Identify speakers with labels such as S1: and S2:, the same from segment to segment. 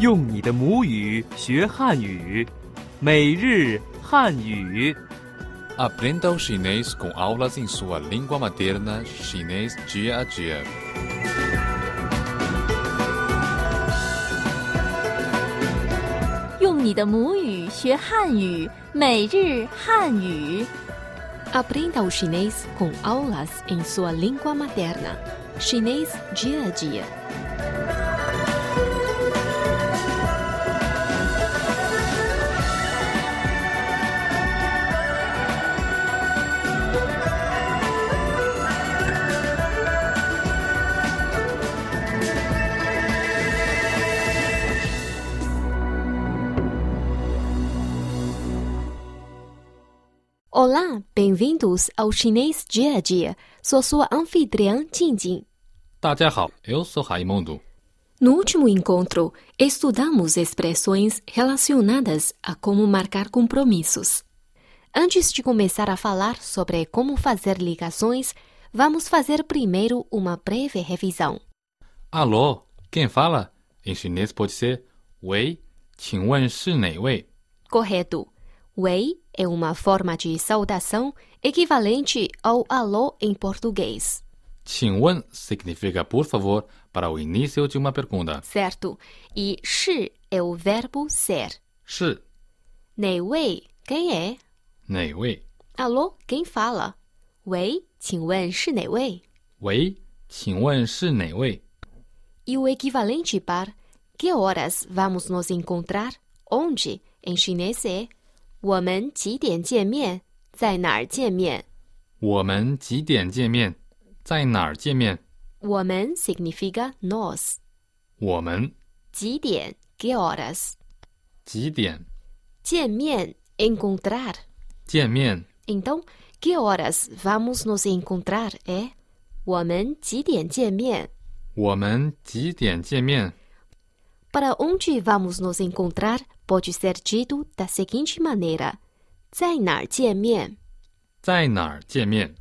S1: 用你的母语学汉语，每日汉语。
S2: Aprenda o chinês com aulas em sua língua materna, chinês dia a dia.
S3: 用你的母语学汉语，每日汉语。
S4: Aprenda o chinês com aulas em sua língua materna, chinês dia a dia. 欧拉，bem-vindos ao chinês dia a dia。Sou sua anfitriã, 静静。
S2: 大家好，eu sou Raimundo。
S4: No último encontro, estudamos expressões relacionadas a como marcar compromissos. Antes de começar a falar sobre como fazer ligações, vamos fazer primeiro uma breve revisão.
S2: Alô, quem fala? Em chinês pode ser 喂，请问是哪位？
S4: Correto. Wei é uma forma de saudação equivalente ao alô em português.
S2: 请问 significa por favor para o início de uma pergunta.
S4: Certo. E shi é o verbo ser.
S2: 是
S4: Nei wei, quem é?
S2: 哪位？
S4: Alô, quem fala? Wei, 请问是哪位？
S2: 喂，请问是哪位？
S4: E o equivalente para que horas vamos nos encontrar? Onde? Em chinês é 我们几点见面？在哪儿见面？
S2: 我们几点见面？在哪儿见面？
S4: 我们 significa nós。
S2: 我们
S4: 几点 que horas？
S2: 几点
S4: 见面 encontrar。
S2: 见面？
S4: Então que horas vamos nos encontrar é 我们几点见面？
S2: 我们几点见面？
S4: Para onde vamos nos encontrar pode ser dito da seguinte maneira: 在哪儿见面？
S2: 在哪儿见面？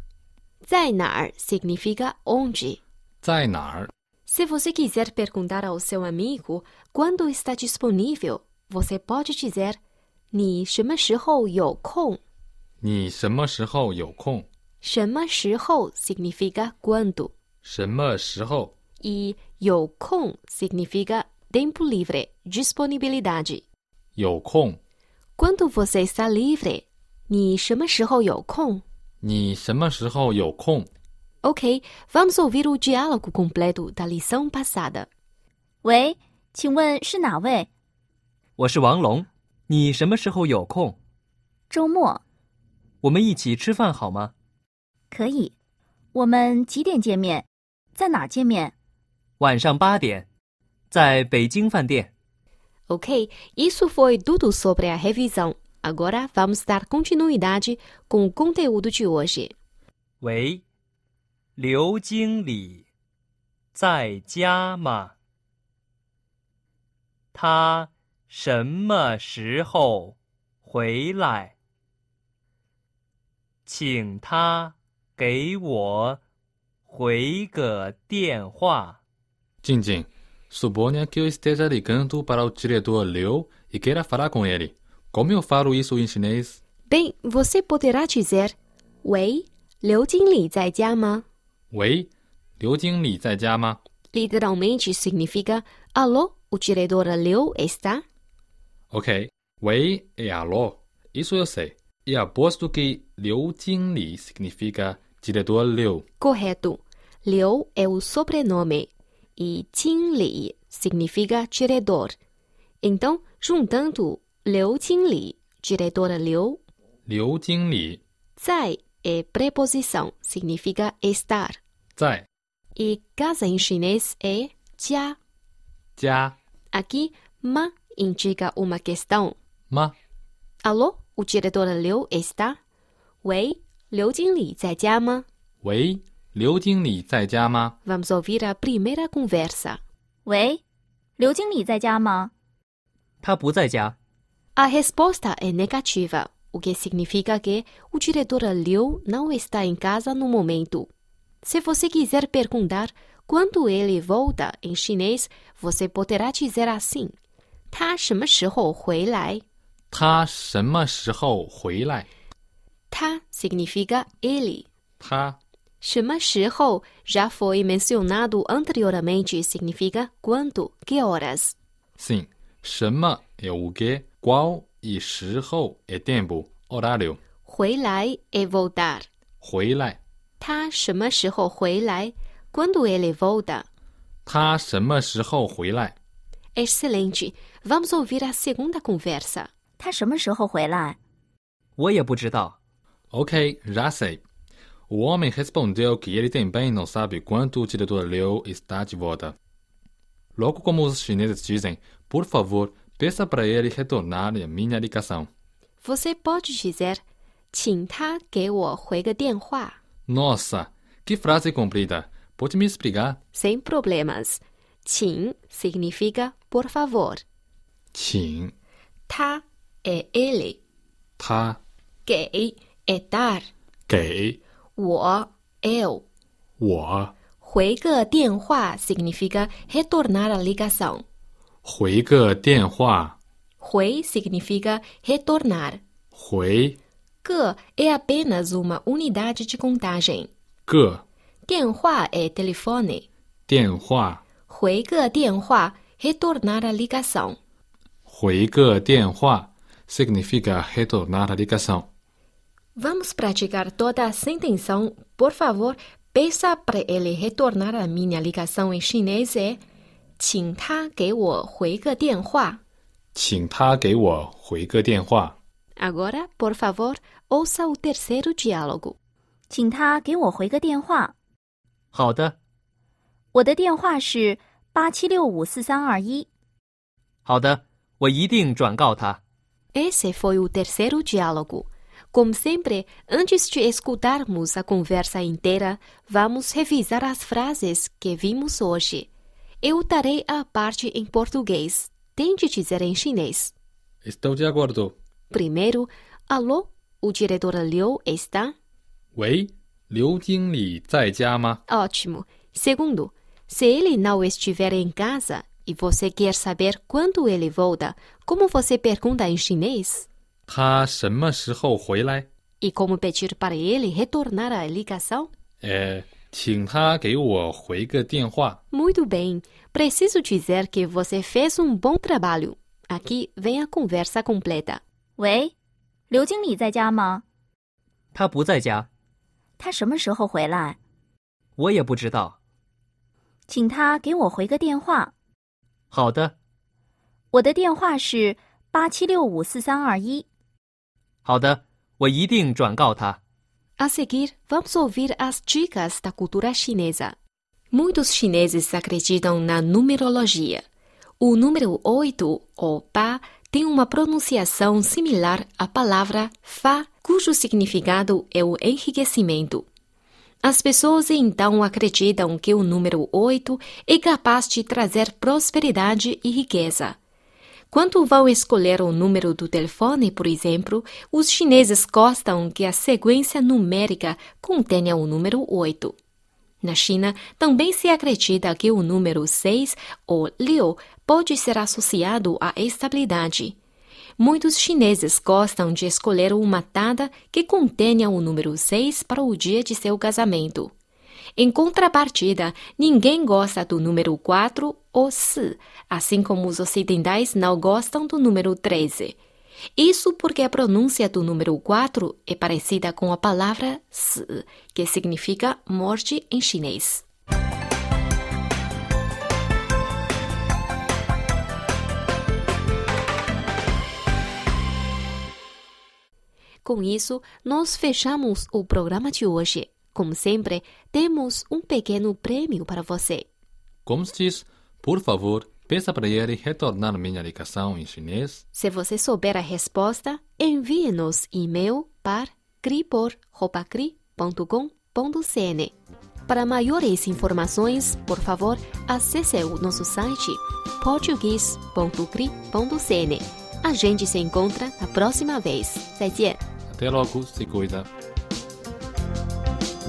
S4: 在哪儿 significa onde.
S2: 在哪儿？
S4: Se você quiser perguntar ao seu amigo quando está disponível, você pode dizer: 你什么时候有空？
S2: 你什么时候有空？
S4: 什么时候 significa quando
S2: 什么时候？
S4: e 有空 significa tempo livre, disponibilidade.
S2: 有空？
S4: Quando você está livre, 你什么时候有空？
S2: 你什么时候有空？
S4: Ok, vamos ouvir o diálogo completo da lição passada.
S3: 喂，请问是哪位？
S1: 我是王龙，你什么时候有空？
S3: 周末
S1: 我们一起吃饭好吗？
S3: 可以。我们几点见面？在哪儿见面？
S1: 晚上八点，在北京饭店。
S4: Ok, isso foi tudo sobre a revisão. Agora vamos dar continuidade com o conteúdo de hoje.
S1: 喂，刘经理在家吗？他什么时候回来？请他给我回个电话。
S2: Dindim, suponha que eu esteja ligando para o diretor Liu e queira falar com ele. Como eu falo isso em chinês?
S4: Bem, você poderá dizer: Wei, Liu Jinli zai jia ma?
S2: Wei, Liu Jingli在家吗？
S4: Literalmente significa: Alô, o diretor Liu está?
S2: Ok, Wei e alô. Isso eu sei. E aposto que Liu Jingli significa diretor Liu.
S4: Correto. Liu é o sobrenome e Jinli significa diretor. Então, juntando Liu Jinli, diretora Liu,
S2: Liu Jingli
S4: zai é preposição, significa estar.
S2: 在
S4: E casa em chinês é jia.
S2: 家
S4: Aqui, ma indica uma questão.
S2: 吗？
S4: Alô, o diretor Liu está? Wei, Liu Jinli zai jia ma?
S2: 喂，刘经理在家吗？
S4: Vamos ouvir a primeira conversa.
S3: 喂，刘经理在家吗？
S1: 他不在家。
S4: A resposta é negativa, o que significa que o diretor Liu não está em casa no momento. Se você quiser perguntar quando ele volta em chinês, você poderá dizer assim: 他什么时候回来？
S2: 他什么时候回来？
S4: 他 significa ele.
S2: 他
S4: 什么时候 já foi mencionado anteriormente significa quando, que horas.
S2: sim. 什么 é o que? Qual e 时候 é tempo, horário.
S4: 回来 é voltar.
S2: 回来。
S4: 他什么时候回来？Quando ele volta.
S2: 他什么时候回来？
S4: Excelente. Vamos ouvir a segunda conversa.
S3: 他什么时候回来？
S1: 我也不知道。
S2: Ok, já sei. O homem respondeu que ele também não sabe quando o diretor Liu está de volta. Logo como os chineses dizem, por favor, peça para ele retornar a minha ligação.
S4: Você pode dizer, 请他给我回个电话。
S2: Nossa, que frase comprida. Pode me explicar?
S4: Sem problemas. 请 significa por favor.
S2: 请
S4: 他 é ele.
S2: 他
S4: 给 é dar.
S2: 给
S4: 我 eu.
S2: 我
S4: 回个电话 significa retornar a ligação.
S2: 回个电话。
S4: 回 significa retornar.
S2: 回
S4: 个 é apenas uma unidade de contagem.
S2: 个
S4: 电话 é telefone.
S2: 电话，
S4: 回个电话 retornar a ligação.
S2: 回个电话，significa retornar a ligação.
S4: Vamos praticar toda a sentença. Por favor, peça para ele retornar a minha ligação em chinês tá é 请他给我回个电话。
S2: 请他给我回个电话。
S4: Agora, por favor, ouça o terceiro diálogo.
S3: 请他给我回个电话。
S1: 好的，
S3: 我的电话是八七六五四三二一。
S1: 好的，我一定转告他。
S4: Esse foi o terceiro diálogo. Como sempre, antes de escutarmos a conversa inteira, vamos revisar as frases que vimos hoje. Eu darei a parte em português. Tente dizer em chinês.
S2: Estou de acordo.
S4: Primeiro, alô, o diretor Liu está?
S2: 喂，刘经理在家吗？
S4: Ótimo. Segundo, se ele não estiver em casa e você quer saber quando ele volta, como você pergunta em chinês?
S2: 他什么时候回来？
S4: E como pedir para ele retornar à ligação?
S2: 呃，请他给我回个电话。
S4: Muito bem. Preciso dizer que você fez um bom trabalho. Aqui vem a conversa completa.
S3: 喂，刘经理在家吗？
S1: 他不在家，
S3: 他什么时候回来？
S1: 我也不知道。
S3: 请他给我回个电话。
S1: 好的，
S3: 我的电话是八七六五四三二一。
S1: 好的，我一定转告他。
S4: A seguir, vamos ouvir as dicas da cultura chinesa. Muitos chineses acreditam na numerologia. O número 8, ou Pá, tem uma pronunciação similar à palavra Fá, cujo significado é o enriquecimento. As pessoas então acreditam que o número 8 é capaz de trazer prosperidade e riqueza. Quando vão escolher o número do telefone, por exemplo, os chineses gostam que a sequência numérica contenha o número 8. Na China, também se acredita que o número 6, ou Liu, pode ser associado à estabilidade. Muitos chineses gostam de escolher uma data que contenha o número 6 para o dia de seu casamento. Em contrapartida, ninguém gosta do número 4 ou 4, assim como os ocidentais não gostam do número 13. Isso porque a pronúncia do número 4 é parecida com a palavra si, que significa morte em chinês. Com isso, nós fechamos o programa de hoje. Como sempre, temos um pequeno prêmio para você.
S2: Como se diz, por favor, peça para ele retornar minha ligação em chinês.
S4: Se você souber a resposta, envie-nos e-mail para cripor.com.cn. Para maiores informações, por favor, acesse o nosso site português.cri.cn. A gente se encontra na próxima vez. 再见。
S2: Até logo, se cuida.